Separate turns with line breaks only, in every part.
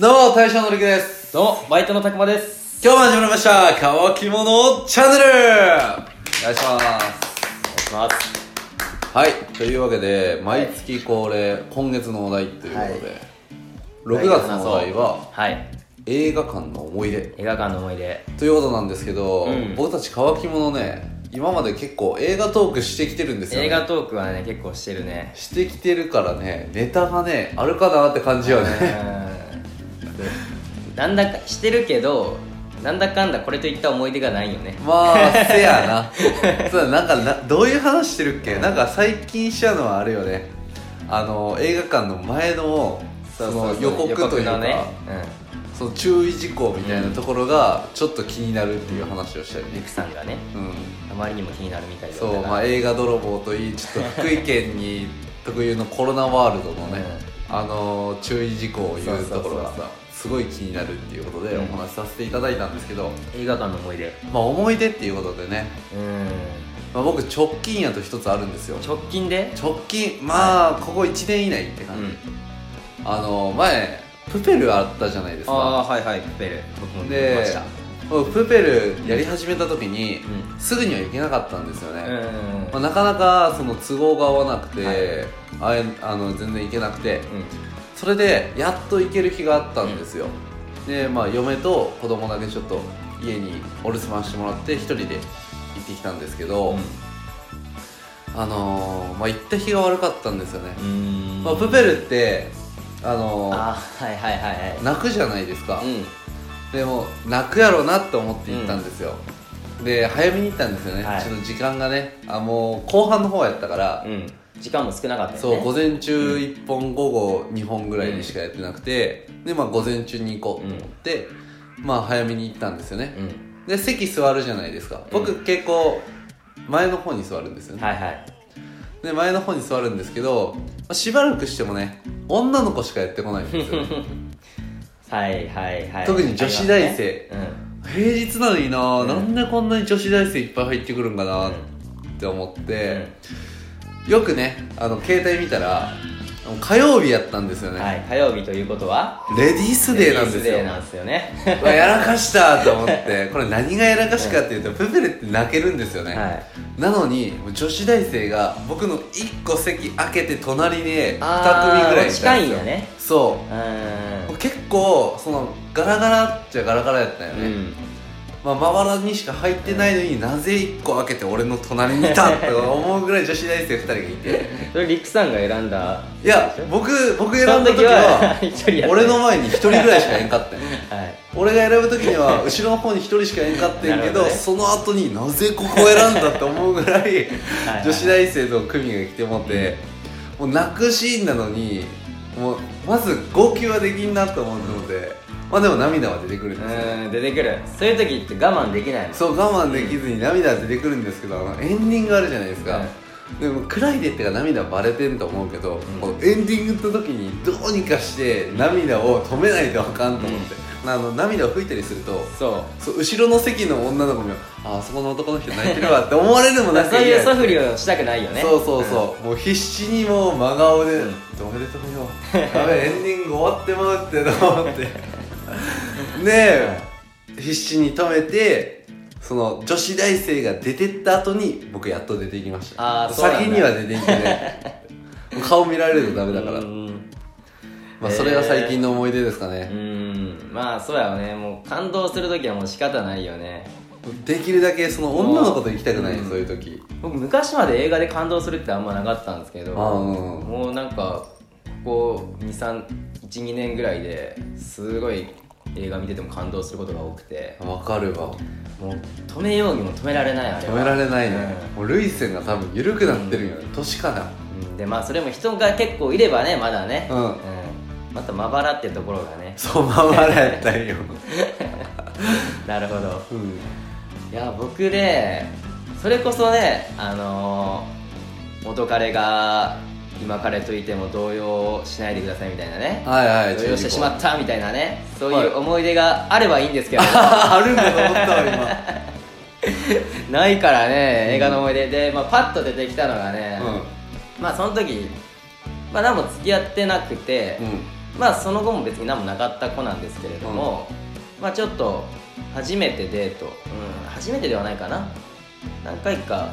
どうも、大将のりくです。
どうも、バイトのたくまです。
今日も始まりました、乾き物チャンネルお願いします。
お願いします。
はい、というわけで、毎月恒例、今月のお題ということで、6月のお題は、
はい。
映画館の思い出
映画館の思い出。
ということなんですけど、
うん
僕たち乾き物ね、今まで結構映画トークしてきてるんですよ、ね。
映画トークはね、結構してるね。
してきてるからね、ネタがね、あるかなって感じよ
う
ね。
んなんだか、してるけど、なんだかんだこれといった思い出がないよね。
まあ、せやな。 そうだ、なんかな、どういう話してるっけなんか最近しちゃうのはあれよね。あの、映画館の前の、その予告というか、
予告のね。
その注意事項みたいなところが、ちょっと気になるっていう話をしたよ
うん。リ
ね
ク。さんがね、
うん。
あまりにも気になるみたいだ
そう、まあ
前
映画泥棒といい、ちょっと福井県に特有のコロナワールドのね、あの、注意事項を言うところが
そうそうそう
さ、すごい気になるっていうことで
う
お
ん
話しさせていただいたんですけど、
映画館の思い出。
まあ思い出っていうことでね、
うん。
まあ、僕直近やと一つあるんですよ
直近で
直近まあここ1年以内って
う
感じ、
ん。
あの前プペルあったじゃないです
ああ
か
ー、はいはい、プペル。僕も見
で
ました。
僕プペルやり始めた時に、
う
すぐには行けなかったんですよ
う
ね、
ん。
まあ、なかなかその都合が合わなくて、
は
あ
い
えあの全然行けなくて
うん。
それでやっと行ける日があったんですよ、でまあ嫁と子供だけちょっと家にお留守番してもらって一人で行ってきたんですけど、あのー、まあ行った日が悪かったんですよね、
うん。
まあ、プペルってあのー
あーはいはいはいはい。
泣くじゃないですか、
うん。
でも泣くやろうなって思って行ったんですよ、で早めに行ったんですよね、
はい
ちょっと時間がねあもう後半の方やったから、
うん、時間も少なかったよね
そう午前中1本、午後2本ぐらいにしかやってなくてでまあ午前中に行こうと思って、まあ早めに行ったんですよね、
うん
で席座るじゃないですか僕、結構前の方に座るんですよね、
はいはい
で前の方に座るんですけど、まあしばらくしてもね女の子しかやってこないんですよ
はいはい はい
特に女子大生
ありますね
平日なのにな、
うん
なんでこんなに女子大生いっぱい入ってくるんかな
うん
って思っ
うん
て、よくねあの携帯見たら火曜日やったんですよ
う
ね、
んはい火曜日ということは
レディースデーなんです
レディースデ
よ
ーなんですよね
うわやらかしたと思ってこれ何がやらかしかっていうと、プペルって泣けるんですよね、
はい
なのに女子大生が僕の1個席開けて隣に2組ぐ
あー
らいた
近い
ん
ん
です
だ
よ
ね
そう
うーん
結構そのガラガラっちゃガラガラやったよね、
うん
まあまばらにしか入ってないのに、なぜ1個開けて俺の隣にいたって思うぐらい女子大生2人がい て
それリクさんが選んだ
いや僕僕選んだ
その
時は
一人 やった
俺の前に1人ぐらいしかえんかったんよ
はい
俺が選ぶ時に は後ろの方に1人しかえんかってんけ
なる
ど
ほどね
その後になぜここを選んだって思うぐらい
はい
女子大生と組が来てもってもう泣くシーンなのにもうまず号泣はできんなと思うのでまあでも涙は出てくるんですよ
うん出てくるそういう時って我慢できないもん
そう我慢できずに涙出てくるんですけどあのエンディングあるじゃないですか、でも暗いでってか涙バレてんと思うけど、
ん
このエンディングの時にどうにかして涙を止めないとあかんと思って、あの涙を拭いたりすると
そう
そう後ろの席の女の子にああそこの男の人泣いてるわって思われるのも
そ
な
うん
か
そう
嫌
いう
や
素振りをしたくないよね
そうそうそう、もう必死にもう真顔で「
う
ど
ん
めでとうよ」「やべえエンディング終わってまう」ってと思って ねえ必死に止めてその女子大生が出てった後に僕やっと出てきました
あーそうなんだ
先には出ていけ ない顔見られるとダメだから、
うん
まあ、それが最近の思い出ですか
う
ね、
ーんまあそうやよねもう感動する時はもう仕方ないよね
できるだけその女の子と行きたくない、
うん
そういう時
僕昔まで映画で感動するってあんまなかったんですけど
あうんうん
もうなんかここ232年ぐらいですごい映画見てても感動することが多くて
わかるわ
もう止めようにも止められないあれ
止
は
められないね、もう涙腺が多分緩くなってるよね、年かな
うんでまあそれも人が結構いればねまだね
うん
またまばらってところが ね
そうままだやったんよ、
なるほど
うん、
いや僕ねそれこそねあのー元彼が今彼といても動揺しないでくださいみたいなね
はいはい
動揺してしま
た
ったみたいなねそう
はいいう
思い出があればいいんで すけど、
あるんだと思ったわ
ないからね映画の思い出で、まあ、パッと出てきたのがね、
今
まあその時まあ何も付き合ってなくて、
うんうん
まあその後も別に何もなかった子なんですけれども、まあちょっと初めてデート、うん、初めてではないかな何回か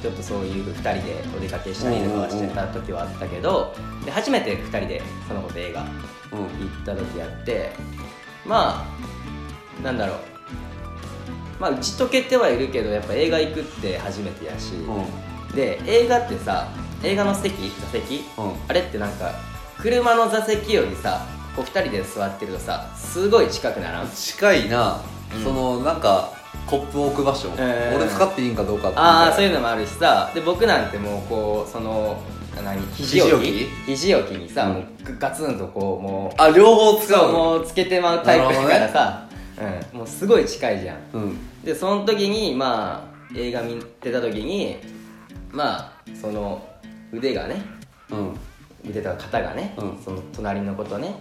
ちょっとそういう2人でお出かけしたりとかはしてた時はあったけど、で初めて2人でその子と映画
うん
行った時やってまあなんだろうまあ打ち解けてはいるけどやっぱ映画行くって初めてやし、
う
で映画ってさ映画の席座席
んうん
あれってなんか車の座席よりさこう2人で座ってるとさすごい近くならん
近いな、
うん
そのなんかコップを置く場所、
えー
俺使っていいんかどうかって
ああそういう
の
のもあるしさで僕なんてもうこうその何肘
肘
置
置
き
き
肘置きにさ、
うん
もうガツンとこうも
あ両方
う
使うの
もうつけてまうタイプだからさ、うん、もうすごい近いじゃん
うん
でその時にまあ映画見てた時にまあその腕がね
うん
腕とか肩がね、
うん
その隣の子とね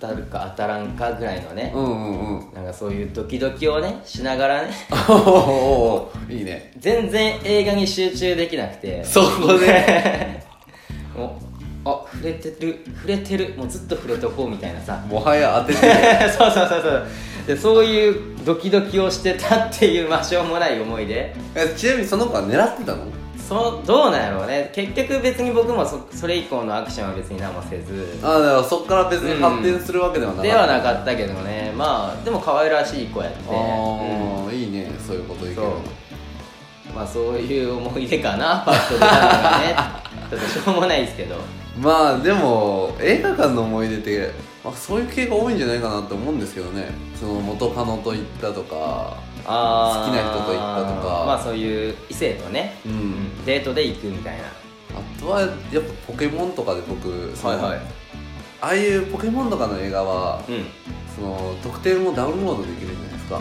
当たるか当たらんかぐらいのね
う、んうんうん
なんかそういうドキドキをねしながらね
おおーいいね
全然映画に集中できなくて
そこで
もうあ触れてる触れてるもうずっと触れとこうみたいなさ
もはや当てて
そうそうそうそうでそういうドキドキをしてたっていうまあしょうもない思いで
えちなみにその子は狙ってたの
そどうなんやろうね結局別に僕もそそれ以降のアクションは別に何もせず
ああだからそっから別に発展するわけではなかった、
ではなかったけどねまあでも可愛らしい子やって
ああ、いいねそういうこと
う
言
ん
うけど
そうまあそういう思い出かな パッと出たのが ねちょっとしょうもないですけど
まあでも映画館の思い出って、まあ、そういう系が多いんじゃないかなって思うんですけどねその元カノと行ったとか
あー
好きな人と行ったとか
まあそういう異性とね、
うん、
うんデートで行くみたいな
あとはやっぱポケモンとかで僕その
い
ああいうポケモンとかの映画は
うん
その特典をダウンロードできるじゃないですか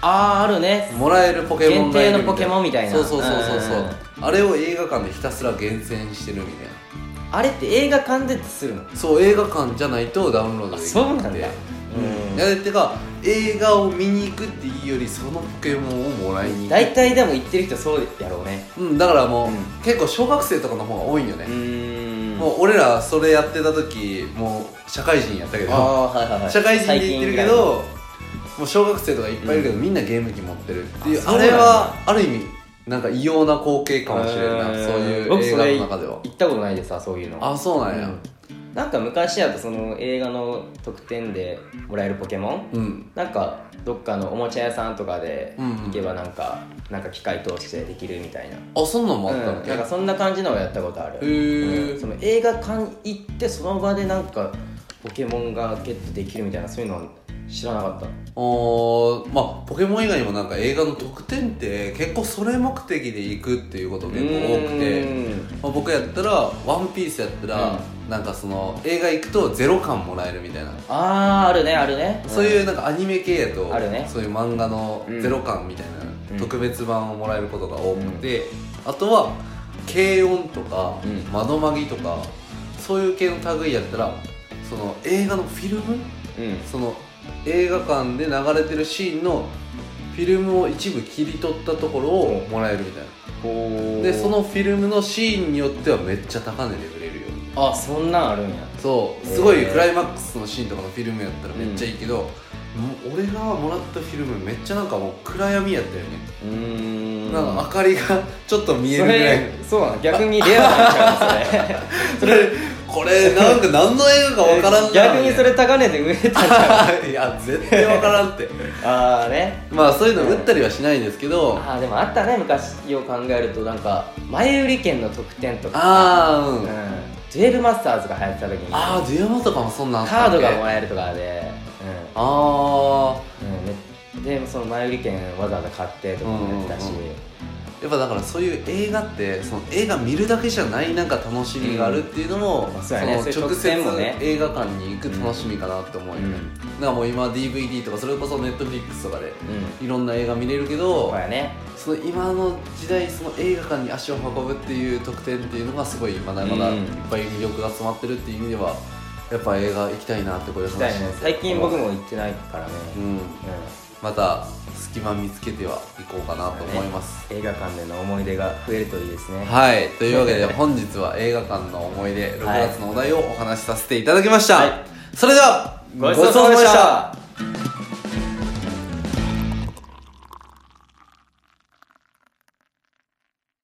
あああるね
もらえるポケモンがいるみたいな
限定のポケモンみたいな
そうそうそうそうそう
うんうん
あれを映画館でひたすら厳選してるみたいな
あれって映画館でするの
そう映画館じゃないとダウンロードできなくて
あそうなんだ
うんいやてか映画を見に行くっていうよりそのポケモンをもらいに行
大
く
体でも行ってる人そうやろうね
うんだからもう、
うん
結構小学生とかの方が多いんよね、
ん
もう俺らそれやってた時もう社会人やったけ
あ
ど
あはいはいはい
社会人で言ってるけ
最近ぐらい
どもう小学生とかいっぱいいるけど、みんなゲーム機持ってるっていう
あ
あ
そうなん
れ
だ
はある意味なんか異様な光景かもしれんない、
えー
そういう
僕
映
そ
画
れ
の中では
行ったことないでさそういうの
あそうなんや
うんなんか昔やとその映画の特典でもらえるポケモン、
うん
なんかどっかのおもちゃ屋さんとかで
うんうん
行けばなんか、なんか機械通してできるみたいな
あそんなんもあった
う
っ
ん、
け、
なんかそんな感じのをやったことある、
へー
うんその映画館行ってその場でなんかポケモンがゲットできるみたいなそういうの知らなかった
おーまあポケモン以外にもなんか映画の特典って結構それ目的で行くっていうことが結構多くて、
うん
まあ、僕やったら「ワンピースやったら、なんかその映画行くとゼロ感もらえるみたいな、
あああるねあるね
そういううなんかアニメ系やと
あるね
そういう漫画の
うん
ゼロ感みたいな、
うん
特別版をもらえることが多くて、あとは軽音とか、
うん
窓まぎとかそういう系の類やったらその映画のフィルム
ん、うん
その映画館で流れてるシーンのフィルムを一部切り取ったところをもらえるみたいなでそのフィルムのシーンによってはめっちゃ高値で売れるよ
あそんなんあるんや
そう
へー
すごいクライマックスのシーンとかのフィルムやったらめっちゃいいけど、もう俺がもらったフィルムめっちゃなんかもう暗闇やったよね、
うーん
なんか明かりがちょっと見えるぐらい
それそうなの逆にレアなんちゃうの
それこれなんか何の映画か
それ
わからんな
逆にそれ高値で売れたんちゃう
いや絶対わからんって
ああね
ま あそういうの売ったりはしないんですけど、
ああでもあったね昔を考えるとなんか前売り券の特典とか
ああう
うん
ん
デュエルマスターズが流行ってた時に
ああデュエマとかもそんなんあっ
カ
た
ー
っけ
ドがもらえるとかで、
あ
うんうんね、でその前売り券わざわざ買ってとかもやってたし、
うんうんうんーやっぱだからそういう映画ってその映画見るだけじゃないなんか楽しみがあるっていうのも、
んそうやねそうい
の
う
直
特典もね
接映画館に行く楽しみかなって思うよね、
うん
なんかもう今 DVD とかそれこそ Netflix とかでいろんな映画見れるけど、
そうやね
その今の時代その映画館に足を運ぶっていう特典っていうのがすごいまだまだ
うん
いっぱい魅力が詰まってるっていう意味ではやっぱ映画行きたいなってこういう
行
話
きたいね最近僕も行ってないからね、
うん
うん
また隙間見つけては行こうかなと思います、
映画館での思い出が増えるといいですね
はい、というわけで本日は映画館の思い出6月のお題をお話しさせていただきました、
はい
それでは
ごちそうさまでした